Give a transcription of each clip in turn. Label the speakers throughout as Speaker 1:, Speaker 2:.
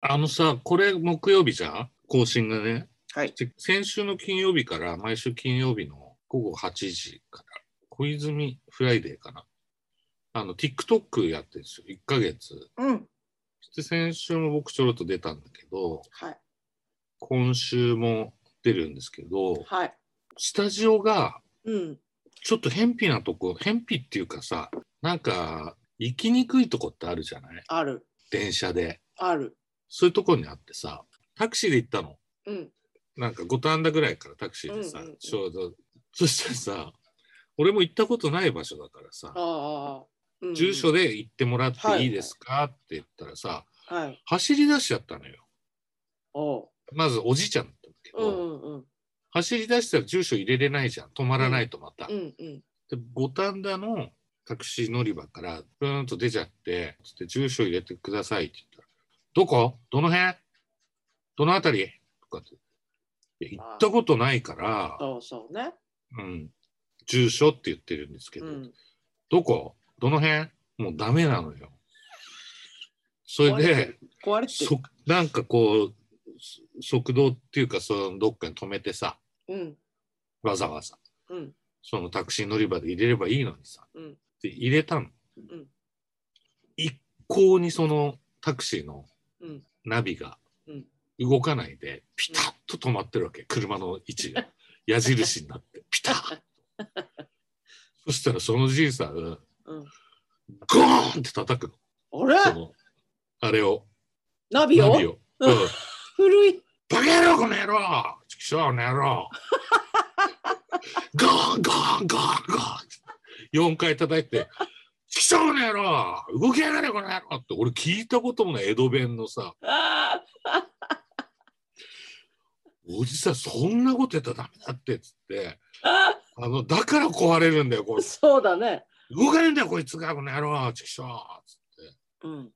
Speaker 1: あのさ、これ木曜日じゃん更新がね。
Speaker 2: はい。
Speaker 1: で先週の金曜日から毎週金曜日の午後8時から、小泉フライデーかな。あの、TikTok やってるんですよ。1ヶ月。
Speaker 2: うん。
Speaker 1: そして先週も僕ちょろっと出たんだけど、
Speaker 2: はい。
Speaker 1: 今週も出るんですけど、
Speaker 2: はい。
Speaker 1: スタジオが
Speaker 2: うん。
Speaker 1: ちょっと偏僻なとこ、偏僻っていうかさ、なんか行きにくいとこってあるじゃない
Speaker 2: ある。
Speaker 1: 電車で。
Speaker 2: ある。
Speaker 1: そういうとこにあってさ、タクシーで行ったの。
Speaker 2: うん。
Speaker 1: なんか五反田ぐらいからタクシーでさ、
Speaker 2: うんうんうん
Speaker 1: ちょうどそしたらさ俺も行ったことない場所だからさ、
Speaker 2: ああ。うん
Speaker 1: 住所
Speaker 2: で。
Speaker 1: で行ってもらっていいですか、って言ったらさ
Speaker 2: はい。
Speaker 1: 走り出しちゃったのよ
Speaker 2: おう。
Speaker 1: まずおじいちゃんだったんだけ
Speaker 2: う
Speaker 1: ど、
Speaker 2: んうんうん。
Speaker 1: 走り出したら住所入れれないじゃん止まらないとまた、
Speaker 2: うんうん。
Speaker 1: で五反田のタクシー乗り場からブーンと出ちゃってつって住所入れてくださいって言ったら「どこどの辺どの辺り?」とかっていや行ったことないから。
Speaker 2: そうそうね。
Speaker 1: うん、住所って言ってるんですけ
Speaker 2: う
Speaker 1: ど、
Speaker 2: ん。
Speaker 1: どこどの辺もうダメなのよ。それで、
Speaker 2: 壊れてる。
Speaker 1: そなんかこう、そ速道っていうか、そのどっかに止めてさ、
Speaker 2: うん。
Speaker 1: わざわざ、
Speaker 2: うん。
Speaker 1: そのタクシー乗り場で入れればいいのにさ、
Speaker 2: うん
Speaker 1: で入れたの。
Speaker 2: うん。
Speaker 1: 一向にそのタクシーの
Speaker 2: うん。
Speaker 1: ナビが
Speaker 2: うん
Speaker 1: 動かないで、ピタッと止まってるわけ、車の位置が。 矢印になって、ピタ ッと。そしたらそのじいさんが、
Speaker 2: うん。
Speaker 1: ゴーンって叩く
Speaker 2: あ
Speaker 1: の、そ
Speaker 2: れ
Speaker 1: の、あれを、
Speaker 2: ナビ
Speaker 1: ナビ
Speaker 2: を
Speaker 1: を。うん、
Speaker 2: 古い。
Speaker 1: バカ野郎、この野郎ちくしょう、この野郎ゴーン、ゴーン、ゴーン、ゴーン四回叩いて、ちくしょう、この野郎動きやがれ、この野郎って、俺聞いたこともない江戸弁のさ、
Speaker 2: あ
Speaker 1: おじさん、そんなことやったらダメだって、つって、
Speaker 2: あ。
Speaker 1: あの、だから壊れるんだよ、こいつ。
Speaker 2: そうだね。
Speaker 1: 動かねえんだよ、こいつが、この野郎ちくしょうつって。
Speaker 2: うん。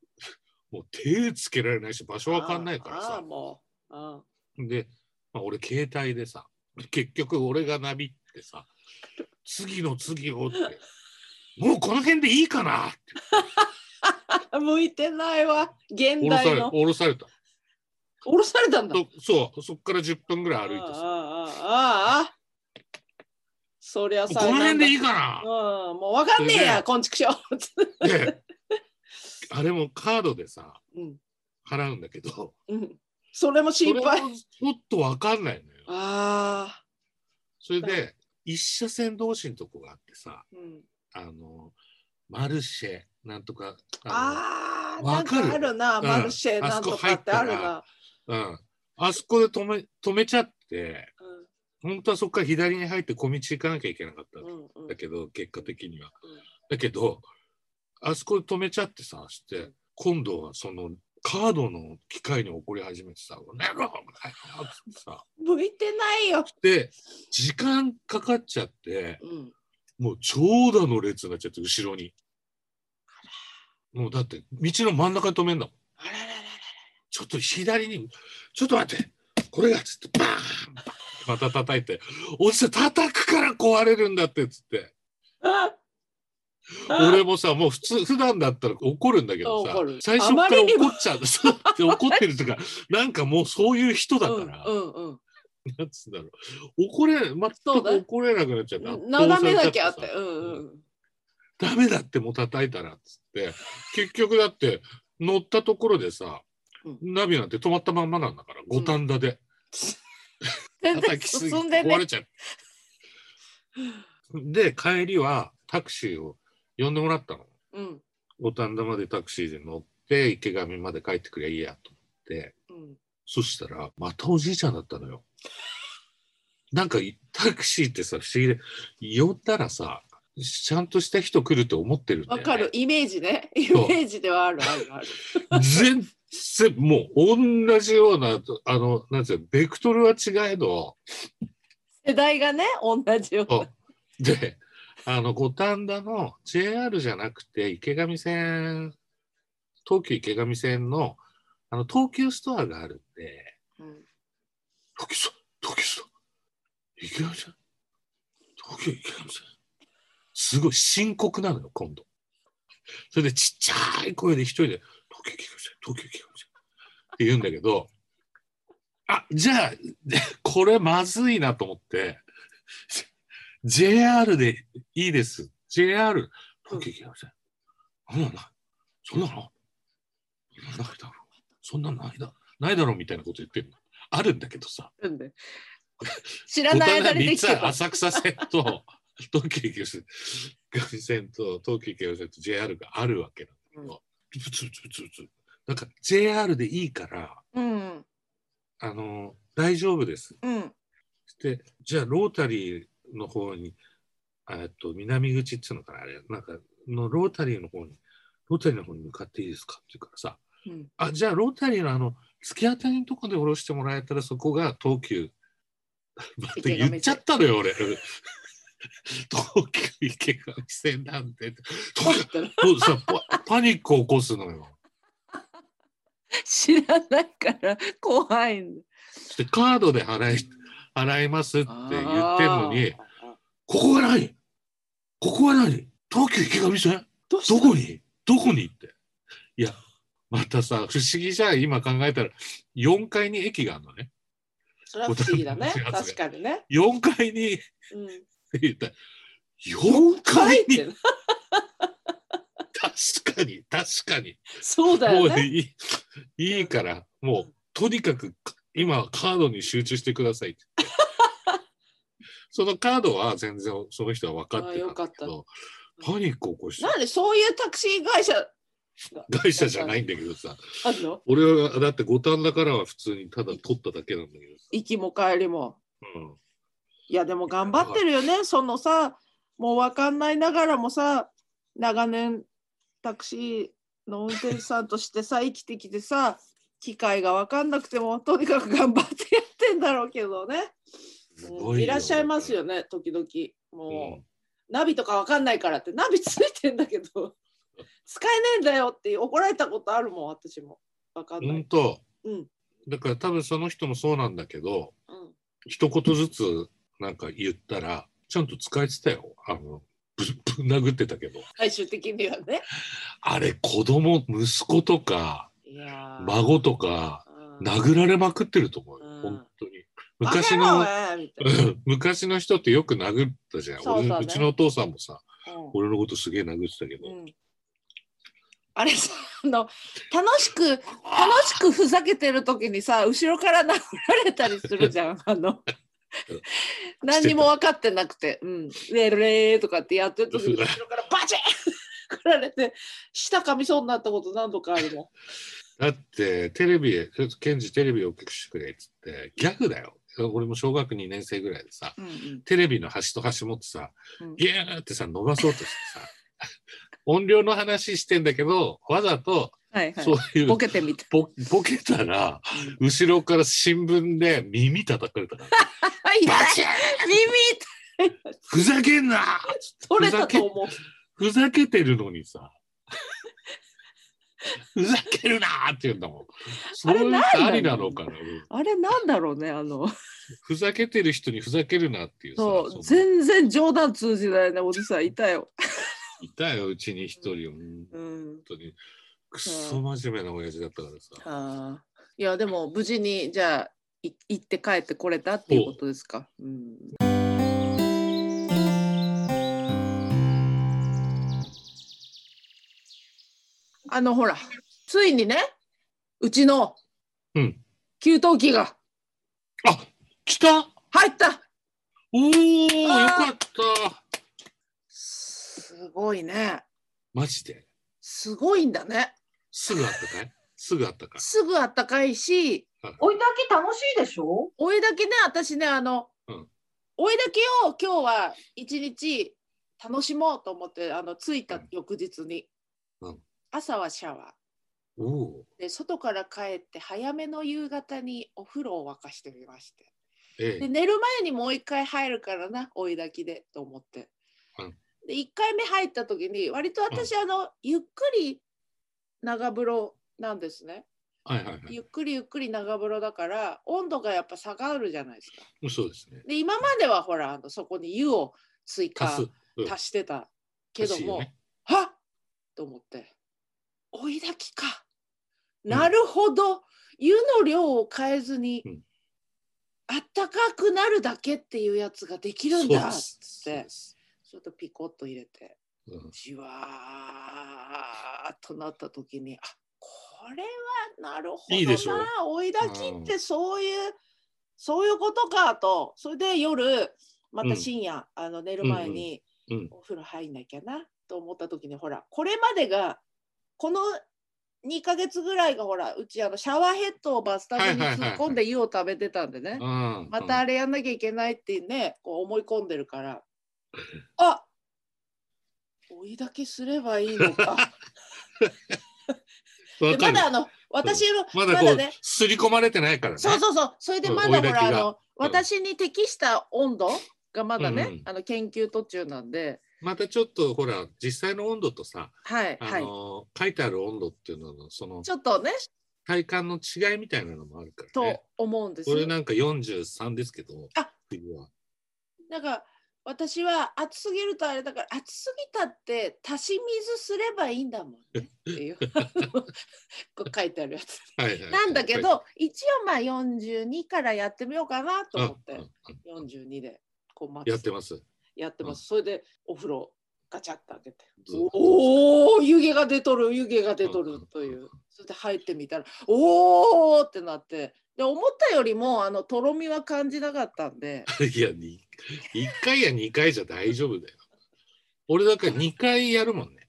Speaker 1: もう手つけられないし、場所わかんないから
Speaker 2: ああ
Speaker 1: さ。
Speaker 2: もう。あ
Speaker 1: で、まあ、俺携帯でさ結局俺がナビってさ次の次をって もうこの辺でいいかなって
Speaker 2: あ。向いてないわ。現
Speaker 1: 降ろさ
Speaker 2: 代
Speaker 1: れ
Speaker 2: の。
Speaker 1: 降ろされた
Speaker 2: 降ろされたんだ。
Speaker 1: とそうそっから10分ぐら
Speaker 2: あ
Speaker 1: い歩いてさ
Speaker 2: あああああ。そりゃ
Speaker 1: もう
Speaker 2: さ。
Speaker 1: この辺でいい
Speaker 2: うん。
Speaker 1: か
Speaker 2: もうわかんねえや、こんちくしょう。
Speaker 1: なであれもカードでさ
Speaker 2: うん。
Speaker 1: 払うんだけど
Speaker 2: うん。それも心配
Speaker 1: そ。れもちょっとわかんないのよ
Speaker 2: ああ。
Speaker 1: それで一車線同士のとこがあってさ
Speaker 2: うん。
Speaker 1: あのマルシェなんとかあの
Speaker 2: ああ。な
Speaker 1: わ
Speaker 2: ん
Speaker 1: かる
Speaker 2: かあるな、
Speaker 1: うん
Speaker 2: マルシェなんとかってあるな
Speaker 1: あ。うん、あそこで止め止めちゃって本当はそこから左に入って小道行かなきゃいけなかったん
Speaker 2: うんうんうん
Speaker 1: だけど、結果的には
Speaker 2: うん。
Speaker 1: だけどあそこで止めちゃってさし
Speaker 2: う
Speaker 1: て
Speaker 2: ん
Speaker 1: 今度はそのカードの機械に怒り始めてさ「この野郎この野郎っつってさ
Speaker 2: 向いてないよ。
Speaker 1: で時間かかっちゃって
Speaker 2: うん。
Speaker 1: もう長蛇の列になっちゃって後ろにもうだって道の真ん中に止めんだもん
Speaker 2: あらららら。
Speaker 1: ちょっと左に、ちょっと待って、これがつって、バーンバーンまた叩いて、おじさん叩くから壊れるんだってっつって、
Speaker 2: ああ
Speaker 1: 俺もさ、もう普通、普段だったら怒るんだけどさ
Speaker 2: 怒る、
Speaker 1: 最初か
Speaker 2: あま
Speaker 1: ら
Speaker 2: りに
Speaker 1: 怒
Speaker 2: も
Speaker 1: っちゃう。そうで怒ってるとか、なんかもうそういう人だから、
Speaker 2: うんうん
Speaker 1: なんつうんだろう、怒れ、
Speaker 2: そ
Speaker 1: 全
Speaker 2: うだ
Speaker 1: く怒れなくなっちゃった。
Speaker 2: うん。斜めなきゃっ
Speaker 1: 圧倒さ
Speaker 2: て。
Speaker 1: れちゃ
Speaker 2: うん
Speaker 1: さ
Speaker 2: うん。
Speaker 1: ダメだってもう叩いたらっつって、結局だって乗ったところでさ、
Speaker 2: うん
Speaker 1: ナビなんて止まったまんまなんだから、五反田で。
Speaker 2: 全然
Speaker 1: 叩きすぎて
Speaker 2: 進んで
Speaker 1: 壊
Speaker 2: ね。
Speaker 1: れちゃう。で帰りはタクシーを呼んでもらったの。
Speaker 2: うん
Speaker 1: 五反田までタクシーで乗って池上まで帰ってくりゃいいやと思って
Speaker 2: うん。
Speaker 1: そしたらまたおじいちゃんだったのよ。なんかいタクシーってさ不思議で呼んだらさちゃんとした人来ると思ってるんだよ、
Speaker 2: わ
Speaker 1: ね。
Speaker 2: かる。イメージね。イ
Speaker 1: そう
Speaker 2: メージではあるあるある。
Speaker 1: 全然もう同じようなあのなんていうのベクトルは違えど
Speaker 2: 世代がね、同じよう
Speaker 1: そ
Speaker 2: な
Speaker 1: う。で、あの、五反田の JR じゃなくて、池上線、東急池上線の、あの、東急ストアがあるんで、
Speaker 2: うん
Speaker 1: 東急ストア、東急ストア、池上線、東急池上線。すごい深刻なのよ、今度。それでちっちゃい声で一人で、東急池上線、東急池上線、って言うんだけど、あ、じゃあ、これまずいなと思って、JR でいいです。JR、東京行きません。そんなのない。そんなのないだろう。そんなのないだないだろうみたいなこと言ってるの。あるんだけどさ。
Speaker 2: なんで知らない間にでき
Speaker 1: 実
Speaker 2: て
Speaker 1: は
Speaker 2: た。
Speaker 1: 浅草線と 東急京線、東急線と東急京線と JR があるわけだけど、ブツブツブツブツ。なんか JR でいいから、
Speaker 2: うん
Speaker 1: あの、大丈夫です。
Speaker 2: うん
Speaker 1: で、じゃあロータリーの方に、えっと、南口っていうのかな、あれ、なんか、のロータリーの方に、ロータリーの方に向かっていいですかって言うからさ、
Speaker 2: うん。
Speaker 1: あ、じゃあロータリーのあの、突き当たりのとこで降ろしてもらえたらそこが東急。 待って言っちゃったのよ、俺。 東急池上線なんて。東
Speaker 2: だから
Speaker 1: 急そうさパパニックを起こすのよ。
Speaker 2: 知らないから怖いんだ。
Speaker 1: でカードで払い払いますって言ってんのに、
Speaker 2: あー
Speaker 1: ここは何ここは何東急池上線
Speaker 2: どうした
Speaker 1: どこにどこにって。いや、またさ、不思議じゃん、今考えたら、4階に駅があるのね。
Speaker 2: それは不思議だね
Speaker 1: 違う違う。
Speaker 2: 確かにね。
Speaker 1: 4階に
Speaker 2: うん。
Speaker 1: って言ったら4階
Speaker 2: 帰っ
Speaker 1: に
Speaker 2: てる
Speaker 1: 確かに確かに、
Speaker 2: そうだ
Speaker 1: もう
Speaker 2: よ
Speaker 1: ね
Speaker 2: ね。
Speaker 1: いいいいからもうとにかくか今はカードに集中してくださ いって言ってそのカードは全然その人は分かってたん
Speaker 2: あよか
Speaker 1: だ
Speaker 2: っ
Speaker 1: け
Speaker 2: た
Speaker 1: どパニック起こして
Speaker 2: なんでそういうタクシー会社
Speaker 1: 会社じゃないんだけどさ
Speaker 2: あるの
Speaker 1: 俺はだって五反田からは普通にただ取っただけなんだけど
Speaker 2: 行きも帰りも。
Speaker 1: さ、うん
Speaker 2: いやでも頑張ってるよね。そのさ、もうわかんないながらもさ、長年タクシーの運転手さんとしてさ、生きてきてさ、機会がわかんなくても、とにかく頑張ってやってんだろうけどね。
Speaker 1: す
Speaker 2: う
Speaker 1: ご
Speaker 2: ん
Speaker 1: い
Speaker 2: いらっしゃいます
Speaker 1: よ、
Speaker 2: よね、時々。
Speaker 1: う
Speaker 2: もう。
Speaker 1: ん、
Speaker 2: ナビとかわかんないからってナビついてんだけど 使えねえんだよって怒られたことあるもん私もわかんな
Speaker 1: 本
Speaker 2: い、
Speaker 1: 当
Speaker 2: うん
Speaker 1: だから多分その人もそうなんだけど、
Speaker 2: うん、
Speaker 1: 一言ずつなんか言ったらちゃんと使えてたよあのぶぶ ん殴ってたけど
Speaker 2: 最終的にはね
Speaker 1: あれ子供息子とか
Speaker 2: いやー
Speaker 1: 孫とか
Speaker 2: うん
Speaker 1: 殴られまくってると思うよ
Speaker 2: うん
Speaker 1: 本当に
Speaker 2: バカ
Speaker 1: 昔
Speaker 2: 野郎
Speaker 1: の
Speaker 2: えみたい
Speaker 1: うん昔の人ってよく殴ったじゃん
Speaker 2: そうそうね
Speaker 1: 俺うちのお父さんもさ
Speaker 2: な、う
Speaker 1: 俺のことすげえ殴ってたけど、
Speaker 2: んうんあれさあの楽しく楽しくふざけてる時にさ後ろから殴られたりするじ ゃんあの
Speaker 1: うん
Speaker 2: 何にも分かってなくて「うん、レーレー」とかってやってる時に後ろからバチン 来られて舌噛みそうになったこと何度かあるもん。
Speaker 1: だってテレビへちょっとケンジテレビを大きくしてくれっつってギャグだよ俺も小学2年生ぐらいでさ
Speaker 2: うんうん
Speaker 1: テレビの端と端持ってさ
Speaker 2: うん
Speaker 1: ギューってさ伸ばそうとしてさ 音量の話してんだけどわざと
Speaker 2: はいは
Speaker 1: そうい
Speaker 2: い。
Speaker 1: う、
Speaker 2: ボケてみた。
Speaker 1: ボボケたら後ろから新聞で耳叩かれた から
Speaker 2: はい、
Speaker 1: バチーン
Speaker 2: 耳
Speaker 1: ふざけんな
Speaker 2: 取れたと思う。
Speaker 1: ふざけてるのに さふざけるなーって言うんだもんそ
Speaker 2: あ
Speaker 1: れ
Speaker 2: れなん
Speaker 1: あ
Speaker 2: なの
Speaker 1: りなのかなうん
Speaker 2: あれなんだろうね、あの、
Speaker 1: ふざけてる人にふざけるなっていうさ
Speaker 2: そ
Speaker 1: の
Speaker 2: う、全然冗談通じないね、おじさんいたよ。
Speaker 1: いたようちに一人本
Speaker 2: うん。
Speaker 1: 当にくっそ真面目な親父だったからさ、
Speaker 2: ああ。いや、でも、無事に、じゃあ、い行って帰ってこれたっていうことですか。うん。あの、ほら、ついにね、うちの
Speaker 1: うん
Speaker 2: 給湯器が
Speaker 1: あ来た
Speaker 2: 入った、
Speaker 1: おーよ
Speaker 2: あー
Speaker 1: かった
Speaker 2: すごいね。
Speaker 1: マジです
Speaker 2: ごいんだね。
Speaker 1: すぐあったかいすぐあったかい
Speaker 2: すぐあったかいし、
Speaker 3: 追い焚き楽しいでしょ
Speaker 2: 追いだけね、私ね、あの、
Speaker 1: うん
Speaker 2: 追いだけを今日は一日楽しもうと思って、あの、着いた翌日に。
Speaker 1: うん
Speaker 2: 朝はシャワ
Speaker 1: おお
Speaker 2: ー。で、外から帰って早めの夕方にお風呂を沸かしてみまして。
Speaker 1: ーえ
Speaker 2: で、
Speaker 1: え
Speaker 2: 寝る前にもう一回入るからな、追いだきでと思って。
Speaker 1: うん
Speaker 2: で、1回目入った時に、割と私、あの、ゆっくり長風呂なんですね。
Speaker 1: はいはいはい
Speaker 2: ゆっくりゆっくり長風呂だから温度がやっぱ下がるじゃないですか。
Speaker 1: うんそうですね
Speaker 2: で今まではほらあのそこに湯を追加
Speaker 1: 足す
Speaker 2: 足,、
Speaker 1: うん
Speaker 2: してたけど
Speaker 1: 足すよ
Speaker 2: も、
Speaker 1: ね
Speaker 2: はっと思って追いだきかなるほど湯の量を変えずに、
Speaker 1: うん
Speaker 2: あったかくなるだけっていうやつができるん
Speaker 1: そう
Speaker 2: だ
Speaker 1: で
Speaker 2: っつ
Speaker 1: すそう
Speaker 2: って
Speaker 1: です
Speaker 2: ちょっとピコッと入れて
Speaker 1: うん
Speaker 2: じわーっとなった時にあこれはなるほどない
Speaker 1: いでしょ
Speaker 2: 追いだきってそういう、そういうことかとそれで夜また深夜、あの寝る前に
Speaker 1: うんうん
Speaker 2: お風呂入んなきゃなと思った時にほらこれまでがこの2ヶ月ぐらいがほらうちあのシャワーヘッドをバスタブに
Speaker 1: はいはいはい
Speaker 2: 突っ込んで湯を食べてたんでね、
Speaker 1: うん
Speaker 2: またあれやんなきゃいけないってねこう思い込んでるからあ追いだけすればいいの か
Speaker 1: うんわ
Speaker 2: で
Speaker 1: か
Speaker 2: ま
Speaker 1: る
Speaker 2: だあの私の
Speaker 1: ま
Speaker 2: ま
Speaker 1: だ
Speaker 2: だ
Speaker 1: こう
Speaker 2: ね
Speaker 1: 刷り込まれてないからね
Speaker 2: そうそうそうそれで
Speaker 1: うん
Speaker 2: ま
Speaker 1: 追
Speaker 2: だ
Speaker 1: いだ
Speaker 2: ほ
Speaker 1: き
Speaker 2: らあ
Speaker 1: が
Speaker 2: の私に適した温度がまだね、
Speaker 1: うんうん
Speaker 2: あの研究途中なんで
Speaker 1: またちょっとほら実際の温度とさ
Speaker 2: はい
Speaker 1: あ
Speaker 2: はい
Speaker 1: の書いてある温度っていうののその
Speaker 2: ちょっとね
Speaker 1: 体感の違いみたいなのもあるから
Speaker 2: と
Speaker 1: ね
Speaker 2: 思うんです
Speaker 1: 俺
Speaker 2: よ
Speaker 1: なんか43ですけど
Speaker 2: あ
Speaker 1: 冬は
Speaker 2: なんか私は暑すぎるとあれだから暑すぎたって足し水すればいいんだもんねっていう あのこう書いてあるやつ。
Speaker 1: はいはいはい
Speaker 2: なんだけど、一応まあ42からやってみようかなと
Speaker 1: うんう
Speaker 2: 思
Speaker 1: ん
Speaker 2: って、
Speaker 1: うん
Speaker 2: 42でこう待
Speaker 1: やってます
Speaker 2: やってます。それでお風呂ガチャッと開けて、
Speaker 1: ずっと
Speaker 2: おお湯気が出とる湯気が出と
Speaker 1: うん
Speaker 2: る
Speaker 1: うん
Speaker 2: という。それで入ってみたら、おおってなって、で思ったよりもあのとろみは感じなかったんで、
Speaker 1: いやに一回や二回じゃ大丈夫だよ俺だから二回やるもんね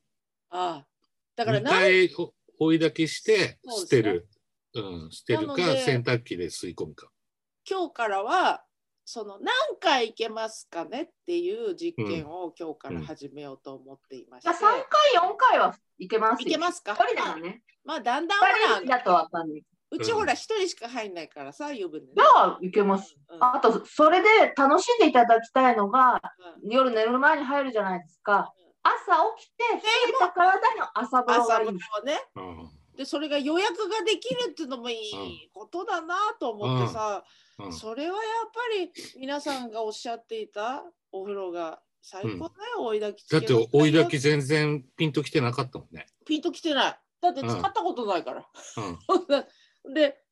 Speaker 2: ああ、だから
Speaker 1: 2
Speaker 2: な
Speaker 1: 回お追いだけして
Speaker 2: そう
Speaker 1: 捨て
Speaker 2: ですね
Speaker 1: る、うん、捨てる
Speaker 2: なの
Speaker 1: か
Speaker 2: で
Speaker 1: 洗濯機で吸い込むか
Speaker 2: 今日からはその何回いけますかねっていう実験を今日から始めようと思っていまして、
Speaker 3: 3回、4回はいけます
Speaker 2: い
Speaker 3: よ。
Speaker 2: けますか
Speaker 3: 一人ならね。
Speaker 2: まあだんだんほら
Speaker 3: 二人だとわかんない。
Speaker 2: うちほら一人しか入んないからさ湯船ね
Speaker 3: じゃあ、いけます。
Speaker 2: うん
Speaker 3: あと、それで楽しんでいただきたいのが、
Speaker 2: うん
Speaker 3: 夜寝る前に入るじゃないですか。朝起きて、冷えた体の朝風呂
Speaker 2: 朝
Speaker 3: がい
Speaker 2: 風
Speaker 3: い
Speaker 2: 呂ね
Speaker 1: うん
Speaker 2: でそれが予約ができるっていうのもいいことだなと思ってさ、
Speaker 1: うん
Speaker 2: それはやっぱり皆さんがおっしゃっていたお風呂が最高だよ、追いだきつけ
Speaker 1: だ
Speaker 2: な
Speaker 1: っ
Speaker 2: く
Speaker 1: て
Speaker 2: て
Speaker 1: 追いだき全然ピンときてなかったもんね、
Speaker 2: ピンときてないだって使ったことないから、
Speaker 1: うん、
Speaker 2: で、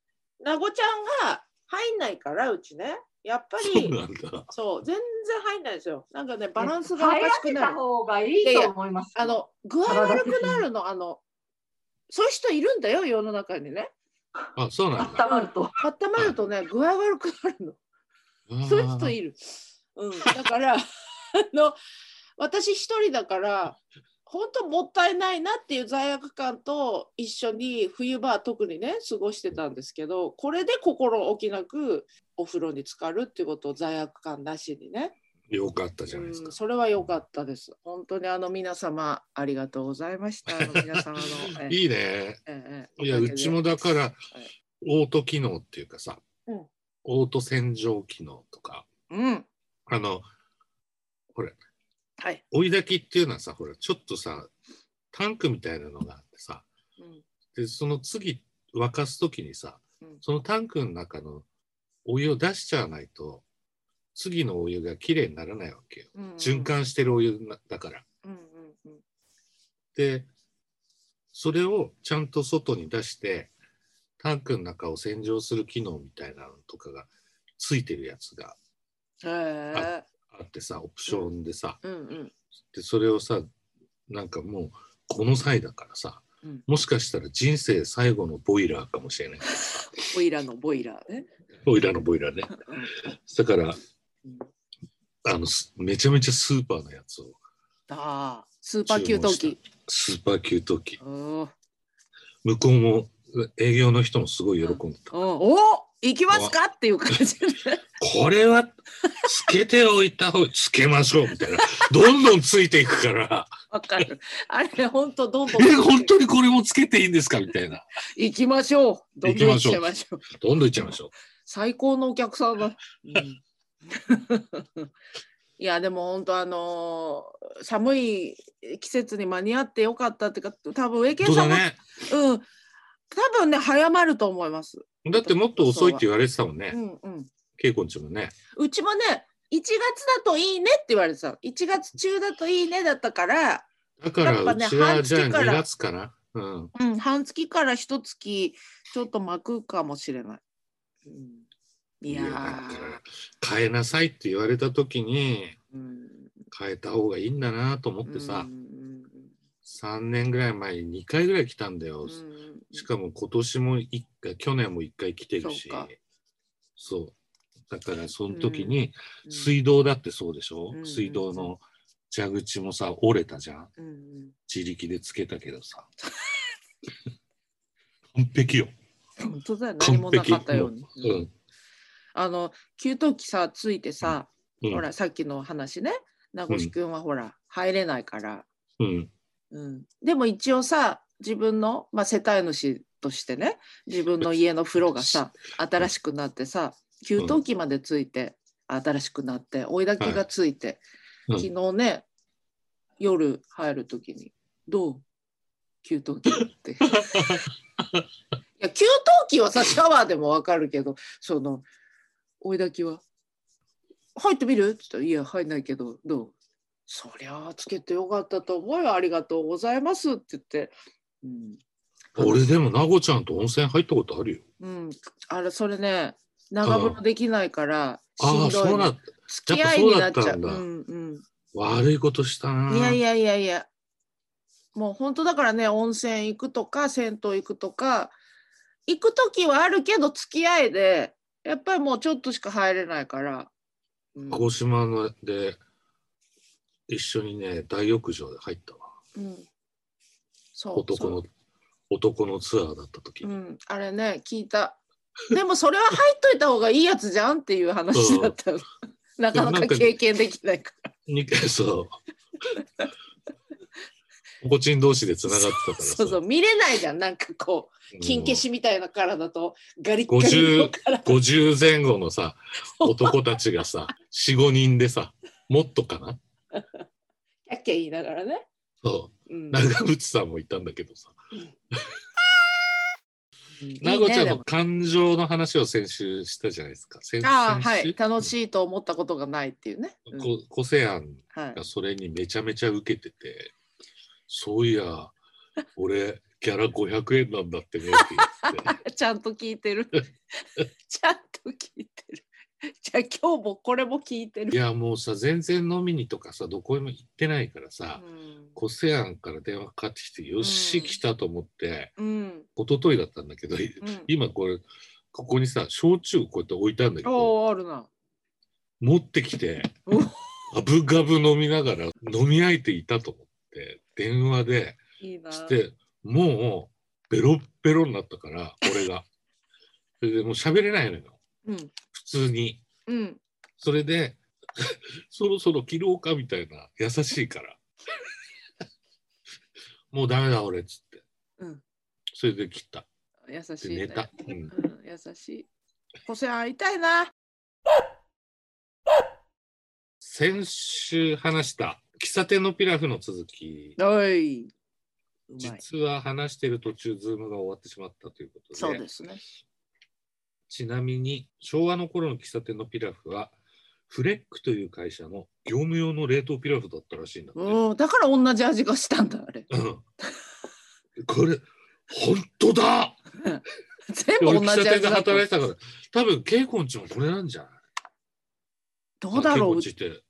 Speaker 2: なごちゃんが入んないから、うちね。やっぱ
Speaker 1: そう
Speaker 2: り、
Speaker 1: なんだ
Speaker 2: そう、全然入んないですよ。なんかね、バランスがおかしく
Speaker 3: 入ら
Speaker 2: な
Speaker 3: せた
Speaker 2: る。
Speaker 3: 方がいいと思います。
Speaker 2: あの、具合悪くなるの、あの、そういう人いるんだよ、世の中にね。
Speaker 1: あそうなんだ
Speaker 3: 温まると。
Speaker 2: 温まるとね、具合悪くなるの。そういう人いる。うん、だから、あの、私一人だから、本当もったいないなっていう罪悪感と一緒に冬場は特にね過ごしてたんですけどこれで心置きなくお風呂に浸かるっていうことを罪悪感なしにね、
Speaker 1: よかったじゃないです
Speaker 2: う
Speaker 1: か
Speaker 2: ん、それは良かったです本当にあの皆様ありがとうございましたあの皆様のえ
Speaker 1: いいね
Speaker 2: えええ
Speaker 1: いや
Speaker 2: おか
Speaker 1: う
Speaker 2: げで
Speaker 1: ちもだからオート機能っていうかさ、
Speaker 2: うん
Speaker 1: オート洗浄機能とか
Speaker 2: うん
Speaker 1: あの
Speaker 2: はい、
Speaker 1: 追い炊きっていうのはさほらちょっとさタンクみたいなのがあってさ
Speaker 2: うん
Speaker 1: でその次沸かす時にさ
Speaker 2: うん
Speaker 1: そのタンクの中のお湯を出しちゃわないと次のお湯がきれいにならないわけよ
Speaker 2: うんうん、
Speaker 1: 循環してるお湯なだから。
Speaker 2: うんうんうん
Speaker 1: でそれをちゃんと外に出してタンクの中を洗浄する機能みたいなのとかがついてるやつが
Speaker 2: へえ
Speaker 1: あってさオプションでさ、
Speaker 2: うんうん
Speaker 1: でそれをさなんかもうこの際だからさ、
Speaker 2: うん
Speaker 1: もしかしたら人生最後のボイラーかもしれない
Speaker 2: ボイラーのボイラーね、
Speaker 1: ボイラーのボイラーねだから
Speaker 2: うん、
Speaker 1: あのすめちゃめちゃスーパーのやつを
Speaker 2: ああスーパー給湯器
Speaker 1: スーパー給湯器
Speaker 2: おー
Speaker 1: 向こうも営業の人もすごい喜んでた、
Speaker 2: おーおー行きますかっていう感じで
Speaker 1: これはつけておいた方がつけましょうみたいなどんどんついていく から
Speaker 2: わかるあれ本当どんどん
Speaker 1: え本当にこれもつけていいんですかみたいな
Speaker 2: 行きましょうどんどん行っちゃいましょう
Speaker 1: どんどんいっちゃいましょう
Speaker 2: 最高のお客さん だ、うん、いやでも本当あのー寒い季節に間に合ってよかったっていうか多分上
Speaker 1: 本
Speaker 2: 健
Speaker 1: 当だ
Speaker 2: さんも、
Speaker 1: ね
Speaker 2: うん多分ね早まると思います、
Speaker 1: だってもっと遅いって言われてたもんね
Speaker 2: うんうん、
Speaker 1: 稽古んちもね
Speaker 2: うちもね1月だといいねって言われてた1月中だといいねだったから
Speaker 1: だから
Speaker 2: やっぱ
Speaker 1: う
Speaker 2: ね
Speaker 1: ちはじゃあ
Speaker 2: 半月から
Speaker 1: 2月かな、うん、
Speaker 2: うん、半月から一月ちょっと巻くかもしれない。うん、いや
Speaker 1: だか
Speaker 2: ー
Speaker 1: ら、変えなさいって言われた時に
Speaker 2: うん、
Speaker 1: 変えた方がいいんだなと思ってさ
Speaker 2: う、ん
Speaker 1: 3年ぐらい前に2回ぐらい来たんだよ、
Speaker 2: うんうん
Speaker 1: しかも今年も1回去年も1回来てるし
Speaker 2: そうか
Speaker 1: そうだからその時に
Speaker 2: うん
Speaker 1: 水道だってそうでしょ、
Speaker 2: うん
Speaker 1: 水道の蛇口もさ折れたじゃん
Speaker 2: うんうん
Speaker 1: 自力でつけたけど さ完璧よ、
Speaker 2: 本当だよ
Speaker 1: 完
Speaker 2: 何もな
Speaker 1: 璧
Speaker 2: かったように。
Speaker 1: う
Speaker 2: うん
Speaker 1: ん
Speaker 2: あの給湯器さついてさ、
Speaker 1: うん
Speaker 2: ほらさっきの話ね名越くんはほら、入れないから、
Speaker 1: うん
Speaker 2: うん、でも一応さ自分の、まあ、世帯主としてね自分の家の風呂がさ新しくなってさ給湯器までついて、新しくなって追いだきがついて、
Speaker 1: はい
Speaker 2: 昨日ね夜入る時に「どう給湯器」って。いや給湯器はさシャワーでもわかるけどその追いだきは「入ってみる?」って言ったら「いや入んないけどどう?」そりゃあつけてよかったと思うよありがとうございますって言って、うん、
Speaker 1: 俺でもなごちゃんと温泉入ったことあるよ
Speaker 2: うん、あれそれね長風呂できないからし
Speaker 1: あ
Speaker 2: ん
Speaker 1: あ
Speaker 2: ど
Speaker 1: そ
Speaker 2: いうの、
Speaker 1: だ
Speaker 2: 付き合いになっち
Speaker 1: やっぱ
Speaker 2: ゃ
Speaker 1: そううだった
Speaker 2: んうん
Speaker 1: 悪いことしたない
Speaker 2: やいやいやいやもう本当だからね温泉行くとか銭湯行くとか行く時はあるけど付き合いでやっぱりもうちょっとしか入れないから、うん
Speaker 1: 鹿児島ので一緒にね大浴場で入ったわ
Speaker 2: うんそう
Speaker 1: 男の男のツアーだった時
Speaker 2: う
Speaker 1: に、
Speaker 2: ん、あれね聞いたでもそれは入っといた方がいいやつじゃんっていう話だったの、 なかなか経験できないから
Speaker 1: 二回 そうおこちん同士でつながってたからさ
Speaker 2: そうそう見れないじゃんなんかこ
Speaker 1: う
Speaker 2: うん金消しみたいな体とガリッガリの体
Speaker 1: 50前後のさ男たちがさ45人でさもっとかな
Speaker 2: キャッキャ言いながらね、、
Speaker 1: そううん長渕さんもいたんだけどさ
Speaker 2: いいね
Speaker 1: 長ちゃん
Speaker 2: で
Speaker 1: の
Speaker 2: も
Speaker 1: 感情の話を先週したじゃないですか先
Speaker 2: ああ
Speaker 1: 先週
Speaker 2: はい楽しいと思ったことがないっていうね、うん
Speaker 1: こ個性案
Speaker 2: はい
Speaker 1: がそれにめちゃめちゃ受けてて、そうい や、俺、ギャラ500円なんだってねって言って、
Speaker 2: ちゃんと聞いて るちゃんと聞いてるじゃあ今日もこれも聞いて
Speaker 1: い
Speaker 2: る、
Speaker 1: や、もうさ、全然飲みにとかさ、どこへも行ってないからさ、
Speaker 2: うん
Speaker 1: 個性案から電話かかってきて、よ
Speaker 2: う
Speaker 1: し、
Speaker 2: ん
Speaker 1: 来たと思って、
Speaker 2: うん
Speaker 1: 一昨日だったんだけど、
Speaker 2: うん、
Speaker 1: 今これ、ここにさ、焼酎こうやって置いたんだけど、
Speaker 2: おーあるな
Speaker 1: 持ってきて
Speaker 2: お、
Speaker 1: ガブガブ飲みながら飲み相手いたと思って、電話で、
Speaker 2: いいな
Speaker 1: してもうベロッベロになったから俺が それでもう喋れないのよ
Speaker 2: うん
Speaker 1: 普通に
Speaker 2: うん
Speaker 1: それで そろそろ切ろうかみたいな優しいから もうダメだ俺っつって、
Speaker 2: うん
Speaker 1: それで切った
Speaker 2: 優し
Speaker 1: で
Speaker 2: い、ね。
Speaker 1: 寝た、うん
Speaker 2: うん、優しい。個性会いたいな。
Speaker 1: 先週話した喫茶店のピラフの続き
Speaker 2: おい。うまい。
Speaker 1: 実は話してる途中ズームが終わってしまったということで
Speaker 2: そうですね。
Speaker 1: ちなみに昭和の頃の喫茶店のピラフはフレックという会社の業務用の冷凍ピラフだったらしいんだって。
Speaker 2: うん、だから同じ味がしたんだ、 あれ。
Speaker 1: うんこれ本当だ
Speaker 2: 全部
Speaker 1: 俺
Speaker 2: 同
Speaker 1: 喫茶
Speaker 2: じ
Speaker 1: 店で
Speaker 2: 味だった
Speaker 1: 働いてたから多分稽古んちもこれなんじゃない
Speaker 2: どうだろう。
Speaker 1: 稽古んち
Speaker 2: 稽
Speaker 1: って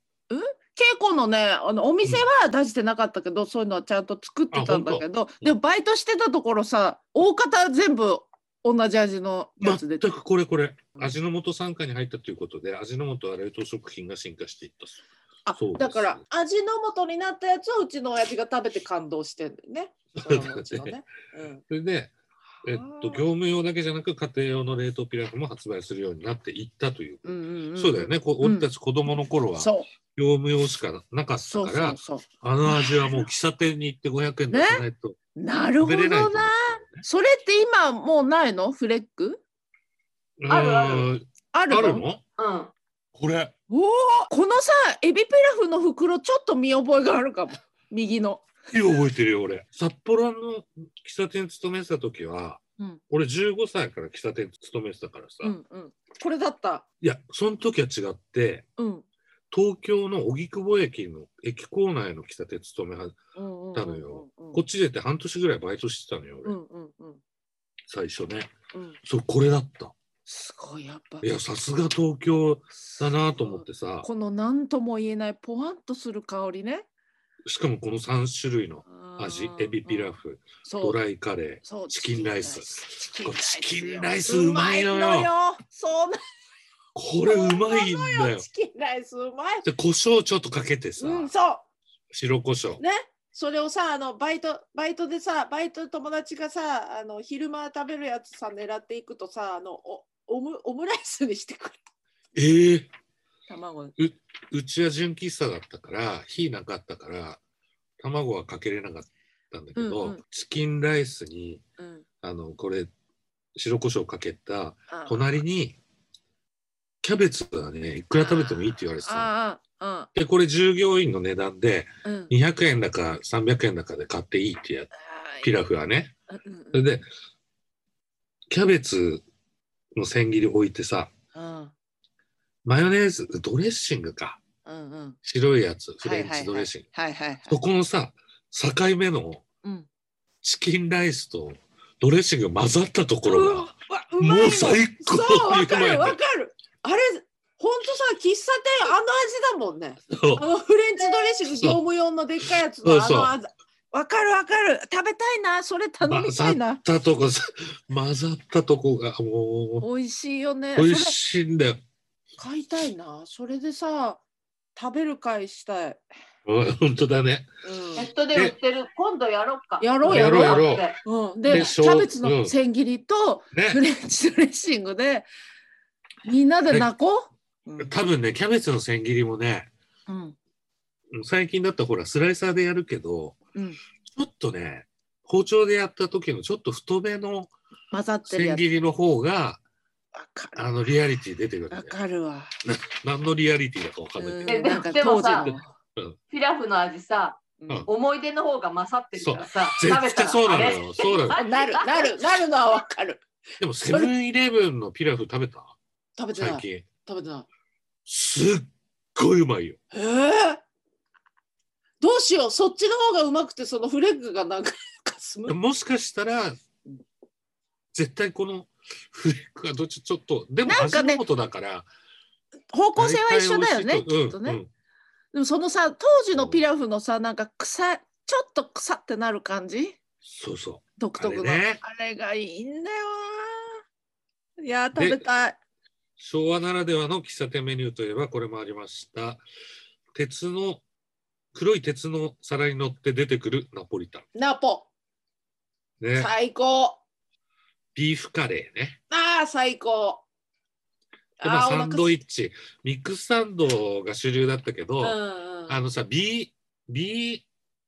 Speaker 2: 古のね、あのお店は出してなかったけど、そういうのはちゃんと作ってたんだけど、
Speaker 1: 当
Speaker 2: でもバイトしてたところさ、大方全部同じ味のやつ
Speaker 1: 全
Speaker 2: で。
Speaker 1: くこれこれ味の素傘下に入ったということで味の素は冷凍食品が進化していったそう
Speaker 2: あ
Speaker 1: そうです
Speaker 2: だから味の素になったやつをうちの親父が食べて感動してんだよね。そのうち のね。うん
Speaker 1: それで、えっと、業務用だけじゃなく家庭用の冷凍ピラフも発売するようになっていったという、
Speaker 2: うんうんんん
Speaker 1: そうだよ。ねこう俺たち子供の頃は、
Speaker 2: そう。
Speaker 1: 業務用しかなかった
Speaker 2: そ
Speaker 1: か
Speaker 2: う
Speaker 1: ら
Speaker 2: そうそう。
Speaker 1: あの味はもう喫茶店に行って500円出さないと
Speaker 2: なる
Speaker 1: 食べ
Speaker 2: ほ
Speaker 1: れ
Speaker 2: ど
Speaker 1: ない
Speaker 2: な
Speaker 1: と思うんだよね、。
Speaker 2: それって今もうないのフレック
Speaker 1: う
Speaker 3: あるあ
Speaker 1: ーん
Speaker 2: あるの
Speaker 1: あるの
Speaker 3: うん。
Speaker 1: これ
Speaker 2: おおこのさ、エビピラフの袋ちょっと見覚えがあるかも。右の。
Speaker 1: いい覚えてるよ俺札幌の喫茶店勤めてた時は、
Speaker 2: うん
Speaker 1: 俺15歳から喫茶店勤めてたからさ、
Speaker 2: うんうん。これだった。
Speaker 1: いやその時は違って
Speaker 2: うん。
Speaker 1: 東京の荻窪駅の駅構内の喫茶店勤めは
Speaker 2: うんうんうんうん
Speaker 1: たのよ。
Speaker 2: うん
Speaker 1: こっち出て半年ぐらいバイトしてたのよ、
Speaker 2: う
Speaker 1: 俺
Speaker 2: んうんうん
Speaker 1: 最初ね
Speaker 2: うん。
Speaker 1: そうこれだった
Speaker 2: すごいやっぱ。
Speaker 1: いやさすが東京だなと思ってさ
Speaker 2: この何とも言えないポワンとする香りね。
Speaker 1: しかもこの3種類の
Speaker 2: あー
Speaker 1: 味エビピラ。フ
Speaker 2: そう
Speaker 1: ドライカレ
Speaker 2: そう
Speaker 1: チキンライス
Speaker 2: チ
Speaker 1: チキン
Speaker 2: よ
Speaker 1: ライスうまいのよ
Speaker 2: うまそうな
Speaker 1: ーこれうまいんだよ
Speaker 2: チキンライスうまい。
Speaker 1: で胡椒ちょっとかけてさ、
Speaker 2: うんそう。
Speaker 1: 白胡椒
Speaker 2: ねそれをさあのバイトバイトでさバイトの友達がさあの昼間食べるやつさ狙っていくとさあのおオムオムライスにしてくる
Speaker 1: えー、
Speaker 2: 卵
Speaker 1: うちは純喫茶だったから火なかったから卵はかけれなかったんだけど、
Speaker 2: うんうん
Speaker 1: チキンライスに
Speaker 2: うん
Speaker 1: あのこれ白胡椒かけた
Speaker 2: あ
Speaker 1: 隣にキャベツはねいくら食べてもいいって言われてたの
Speaker 2: ああ
Speaker 1: でこれ従業員の値段で
Speaker 2: うんうん
Speaker 1: 200円だか300円だかで買っていいってやつピラフはね
Speaker 2: うんうん
Speaker 1: それでキャベツの千切り置いてさ
Speaker 2: うん
Speaker 1: マヨネーズドレッシングか
Speaker 2: うんうん
Speaker 1: 白いやつフレンチドレッシング、
Speaker 2: はいはいはい
Speaker 1: そこのさ境目の
Speaker 2: うん
Speaker 1: チキンライスとドレッシングが混ざったところが
Speaker 2: うわうわうまい
Speaker 1: も
Speaker 2: の
Speaker 1: う最高
Speaker 2: そうわ
Speaker 1: にう
Speaker 2: か
Speaker 1: まい
Speaker 2: る
Speaker 1: の
Speaker 2: わかるあれほんとさ喫茶店あの味だもんね
Speaker 1: そう
Speaker 2: あのフレンチドレッシング業務用のでっかいやつの
Speaker 1: そうそう
Speaker 2: あのわかるわかる食べたいなそれ頼みたいな
Speaker 1: 混ざったとこさ混ざったとこがも
Speaker 2: 美味しいよね
Speaker 1: う美味
Speaker 2: それ
Speaker 1: しいんだよ
Speaker 2: 買いたいなそれでさ食べる会したい、
Speaker 1: うん本当だね
Speaker 3: ネットで売ってる今度やろうか
Speaker 2: やろう
Speaker 1: やろうやろう
Speaker 2: うん、うん、で
Speaker 1: でし
Speaker 2: キ
Speaker 1: ょ
Speaker 2: ャベツ
Speaker 1: う
Speaker 2: の
Speaker 1: ん
Speaker 2: 千切 りとフ
Speaker 1: ね
Speaker 2: レンチドレッシングでみんなで泣こう、うん
Speaker 1: 多分ねキャベツの千切りもね
Speaker 2: うん
Speaker 1: 最近だったらほらスライサーでやるけど
Speaker 2: うん、
Speaker 1: ちょっとね包丁でやった時のちょっと太めの
Speaker 2: 混ざってるや
Speaker 1: 千
Speaker 2: つ
Speaker 1: 切りの方が
Speaker 2: わか
Speaker 1: あ
Speaker 2: る
Speaker 1: のリアリティ出てくるんだ
Speaker 2: わ
Speaker 1: よ
Speaker 2: かるわ
Speaker 1: な何のリアリティだかわかんないけど
Speaker 2: うんなんか
Speaker 3: で
Speaker 2: 当
Speaker 3: も
Speaker 2: 時
Speaker 3: さ
Speaker 2: の
Speaker 3: ピラフの味さ
Speaker 2: うん
Speaker 3: 思い出の方が勝ってるからさ食べ
Speaker 1: 絶対
Speaker 3: たら
Speaker 1: そうな
Speaker 3: あ
Speaker 1: の
Speaker 3: れ
Speaker 1: よ。そうなの。
Speaker 2: なるなるなるのはわかる
Speaker 1: でもセブンイレブンのピラフ食べた
Speaker 2: 食べてな
Speaker 1: 最
Speaker 2: い
Speaker 1: 近。
Speaker 2: 食べてない
Speaker 1: すっごいうまいよ。
Speaker 2: ええどうしようそっちの方がうまくてそのフレッグがなんか すむ
Speaker 1: もしかしたら、絶対このフレークがどっちちょっと、でも
Speaker 2: なんか
Speaker 1: 味
Speaker 2: ね
Speaker 1: のことだから。
Speaker 2: 方向性は一緒だよ
Speaker 1: 大
Speaker 2: ね
Speaker 1: 体美味しいと
Speaker 2: きっとね、
Speaker 1: うんうん
Speaker 2: でもそのさ当時のピラフのさなんか臭いちょっと臭ってなる感じ
Speaker 1: そうそ
Speaker 2: 独特のあ
Speaker 1: あ
Speaker 2: れ,、
Speaker 1: れね
Speaker 2: がいいんだよないやー食べたい、
Speaker 1: う。昭和ならではの喫茶店メニューといえばこれもありました。鉄の、黒い鉄の皿に乗って出てくるナポリタン。
Speaker 2: ナポ
Speaker 1: ね。
Speaker 2: 最高
Speaker 1: ビーフカレーね。
Speaker 2: あー最高
Speaker 1: でまあ、
Speaker 2: ーお腹
Speaker 1: サンドイッチミックスサンドが主流だったけど、
Speaker 2: うんうん
Speaker 1: あのさ B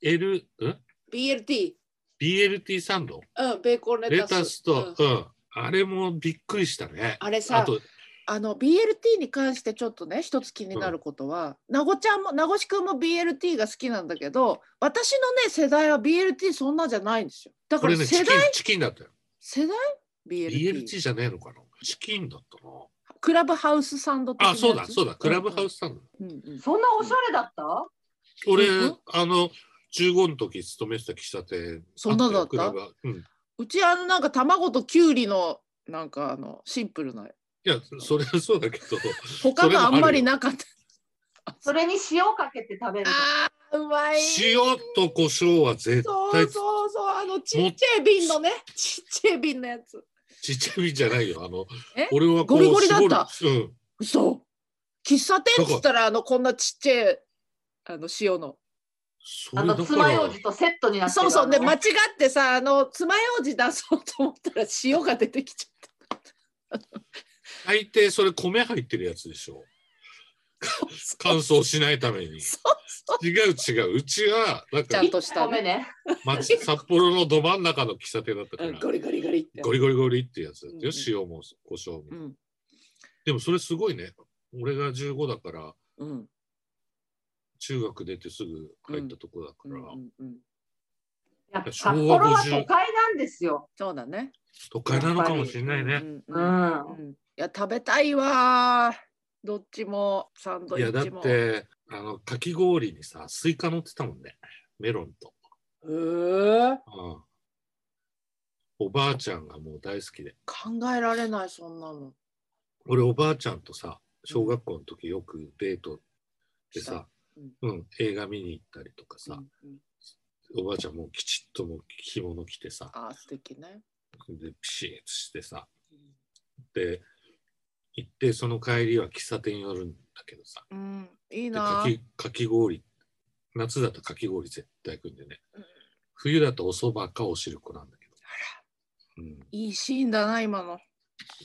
Speaker 1: BL ん
Speaker 2: BLT
Speaker 1: BLT サンド
Speaker 2: うんベーコンレ
Speaker 1: レ
Speaker 2: タス
Speaker 1: タス
Speaker 2: うん
Speaker 1: と、うんあれもびっくりしたね。
Speaker 2: あれさ
Speaker 1: あと
Speaker 2: あの BLT に関してちょっとね一つ気になることは、なごちゃんもなごしくんも BLT が好きなんだけど私のね世代は BLT そんなじゃないんですよだ
Speaker 1: こ
Speaker 2: から
Speaker 1: れねチキ
Speaker 2: 世
Speaker 1: ン
Speaker 2: 代、
Speaker 1: チキンだったよ。
Speaker 2: 世代 BLT,
Speaker 1: BLT じゃねえのかなチキンだったな。
Speaker 2: クラブハウスサンド的な
Speaker 1: あそうだそうだクラブハウ
Speaker 2: ス、
Speaker 1: スサンド。
Speaker 2: うんうん
Speaker 3: そんなおしゃれだった
Speaker 1: 俺、
Speaker 2: うん
Speaker 1: あの中五の時勤めてた喫茶店
Speaker 2: そんなのだった
Speaker 1: クラブハウスうん、いう
Speaker 2: ちあのなんか卵ときゅうりのなんかあのシンプルな
Speaker 1: やそれはそうだけど
Speaker 2: 他
Speaker 1: それもあ
Speaker 2: があ
Speaker 1: るよ
Speaker 2: んまりなかった
Speaker 3: それに塩かけて食べる
Speaker 2: あーうまい
Speaker 1: 塩と胡椒は絶
Speaker 2: そう
Speaker 1: 対
Speaker 2: そうそうあのちっちゃい瓶のねちっちゃい瓶のやつ
Speaker 1: ちっちゃいじゃないよ。あの
Speaker 2: え、
Speaker 1: 俺はこ
Speaker 2: ゴ
Speaker 1: う
Speaker 2: リゴリだった
Speaker 1: 絞る
Speaker 2: 嘘喫茶店っつったらあのこんなちっちゃいあの塩の
Speaker 1: う
Speaker 3: あ
Speaker 1: ん。そ
Speaker 3: の
Speaker 1: れだ
Speaker 3: つ
Speaker 1: か
Speaker 3: ま
Speaker 1: ら
Speaker 3: ようじとセットになってる
Speaker 2: そうそうで
Speaker 3: あの
Speaker 2: 間違ってさあの爪楊枝出そうと思ったら塩が出てきちゃっ
Speaker 1: 大抵それ米入ってるやつでしょ。
Speaker 2: た
Speaker 1: 乾燥しないために。
Speaker 2: そうそう
Speaker 1: 違う違う。うちはなん
Speaker 2: ちゃ
Speaker 1: か
Speaker 2: んとした
Speaker 3: ごめんね
Speaker 1: 町札幌のど真ん中の喫茶店だったか
Speaker 2: うんゴ
Speaker 1: ら。
Speaker 2: リゴリゴリって
Speaker 1: ゴリゴリゴリってやつだったよ。
Speaker 2: う
Speaker 1: 塩も胡椒も
Speaker 2: う。ん
Speaker 1: でもそれすごいね。俺が15だから
Speaker 2: うん
Speaker 1: 中学出てすぐ入ったとこだか
Speaker 2: うんう
Speaker 1: ら、
Speaker 2: んうん
Speaker 3: いや札
Speaker 1: 昭和
Speaker 3: 幌は
Speaker 1: 50
Speaker 3: 都会なんですよ
Speaker 2: そうだね
Speaker 1: 都会なのかもしれないね。
Speaker 2: う
Speaker 3: うん
Speaker 2: うん
Speaker 3: ん
Speaker 2: うんいや食べたいわーどっちもサンド
Speaker 1: い
Speaker 2: イ
Speaker 1: やだ
Speaker 2: ッ
Speaker 1: っ
Speaker 2: チも
Speaker 1: てあのかき氷にさスイカ乗ってたもんね。メロンと。
Speaker 2: へえ
Speaker 1: うんおばあちゃんがもう大好きで
Speaker 2: 考えられないそんなの。
Speaker 1: 俺おばあちゃんとさ小学校の時よくデートでさ、うん映画見に行ったりとか
Speaker 2: う
Speaker 1: さ、
Speaker 2: んうん、
Speaker 1: おばあちゃんもうきちっともう着物着てさ
Speaker 2: あー素敵ね。
Speaker 1: でピシッとしてさで行ってその帰りは喫茶店寄るんだけどさ
Speaker 2: うん、い
Speaker 1: で
Speaker 2: いな
Speaker 1: か。きかき氷夏だとかき氷絶対食うんでね、
Speaker 2: うん
Speaker 1: 冬だとおそばかお汁粉なんだけど、うん、
Speaker 2: いいシーンだな今の。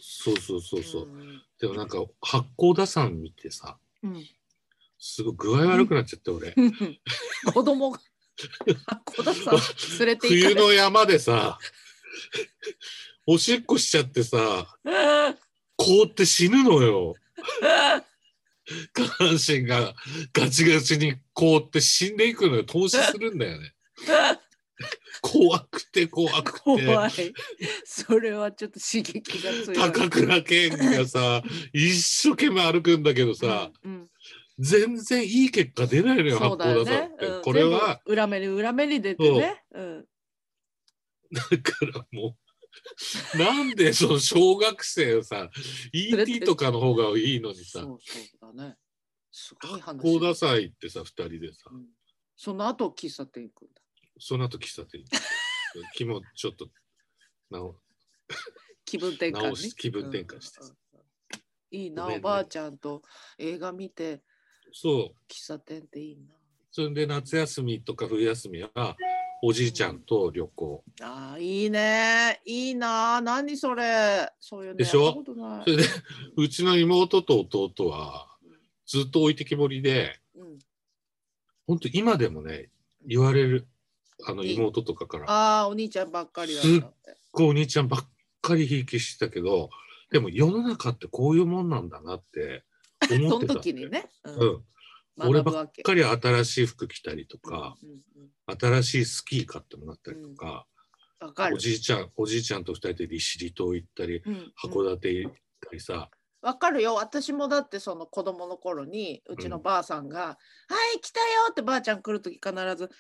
Speaker 1: そうそうそうそう、
Speaker 2: ん
Speaker 1: でもなんか八甲田山見てさ
Speaker 2: うん。
Speaker 1: すごい具合悪くなっちゃって俺
Speaker 2: うん 子供が。 小田さん連れて行
Speaker 1: 冬
Speaker 2: かれ
Speaker 1: の山でさおしっこしちゃってさ凍って死ぬのよ下半身がガチガチに凍って死んでいくのよ凍死するんだよね怖くて怖く
Speaker 2: 怖
Speaker 1: て
Speaker 2: い。それはちょっと刺激が強い。
Speaker 1: 高倉健がさ一生懸命歩くんだけどさ、
Speaker 2: うん、
Speaker 1: 全然いい結果出ないのよ八
Speaker 2: そう
Speaker 1: 甲
Speaker 2: だよ
Speaker 1: 田山
Speaker 2: ね
Speaker 1: って、。
Speaker 2: うん
Speaker 1: これは
Speaker 2: 全部裏目に裏目に出てね。うん。
Speaker 1: だからもうなんでその小学生をさ
Speaker 2: れて
Speaker 1: ET とかの方がいいのに
Speaker 2: そ
Speaker 1: さ
Speaker 2: うそうだね。すごい話。
Speaker 1: 高田さん行ってさ2人でさ
Speaker 2: うんその後喫茶店行くんだ。
Speaker 1: その後喫茶店 行って気もちょっとなお
Speaker 2: 気分転換、ね、
Speaker 1: 直し気分転換して
Speaker 2: うんいいな、
Speaker 1: ごめん
Speaker 2: お
Speaker 1: ね
Speaker 2: ばあちゃんと映画見て
Speaker 1: そう
Speaker 2: 喫茶店っていいな。
Speaker 1: それで夏休みとか冬休みはおじいちゃんと旅行
Speaker 2: ああ、いいね。いいな。何それ。そういうの
Speaker 1: でしょ
Speaker 2: やったことない
Speaker 1: それでうちの妹と弟はずっと置いてきぼりで
Speaker 2: うん、
Speaker 1: 本当今でもね言われるあの妹とかから
Speaker 2: ああ、お兄ちゃんばっかりだったって。
Speaker 1: こうお兄ちゃんばっかりひいきしてたけどでも世の中ってこういうもんなんだなって思
Speaker 2: そ
Speaker 1: っ
Speaker 2: の
Speaker 1: てたんだよ
Speaker 2: 時にね。う
Speaker 1: うん、
Speaker 2: 学
Speaker 1: 俺
Speaker 2: ぶ
Speaker 1: ば
Speaker 2: わ
Speaker 1: っ
Speaker 2: け
Speaker 1: かり新しい服着たりとか、
Speaker 2: うんうん
Speaker 1: 新しいスキー買ってもらったりとか、
Speaker 2: うんわかる
Speaker 1: お。じいちゃんおじいちゃんと二人で利尻島行ったり
Speaker 2: うんうん
Speaker 1: 函館行ったりさ、
Speaker 2: わかるよ私もだってその子供の頃にうちのばあさんが「はい来たよ」ってばあちゃん来る時必ず「はい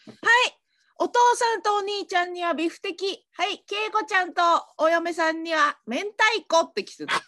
Speaker 2: お父さんとお兄ちゃんにはビフテキはい恵子ちゃんとお嫁さんには明太子」って来てた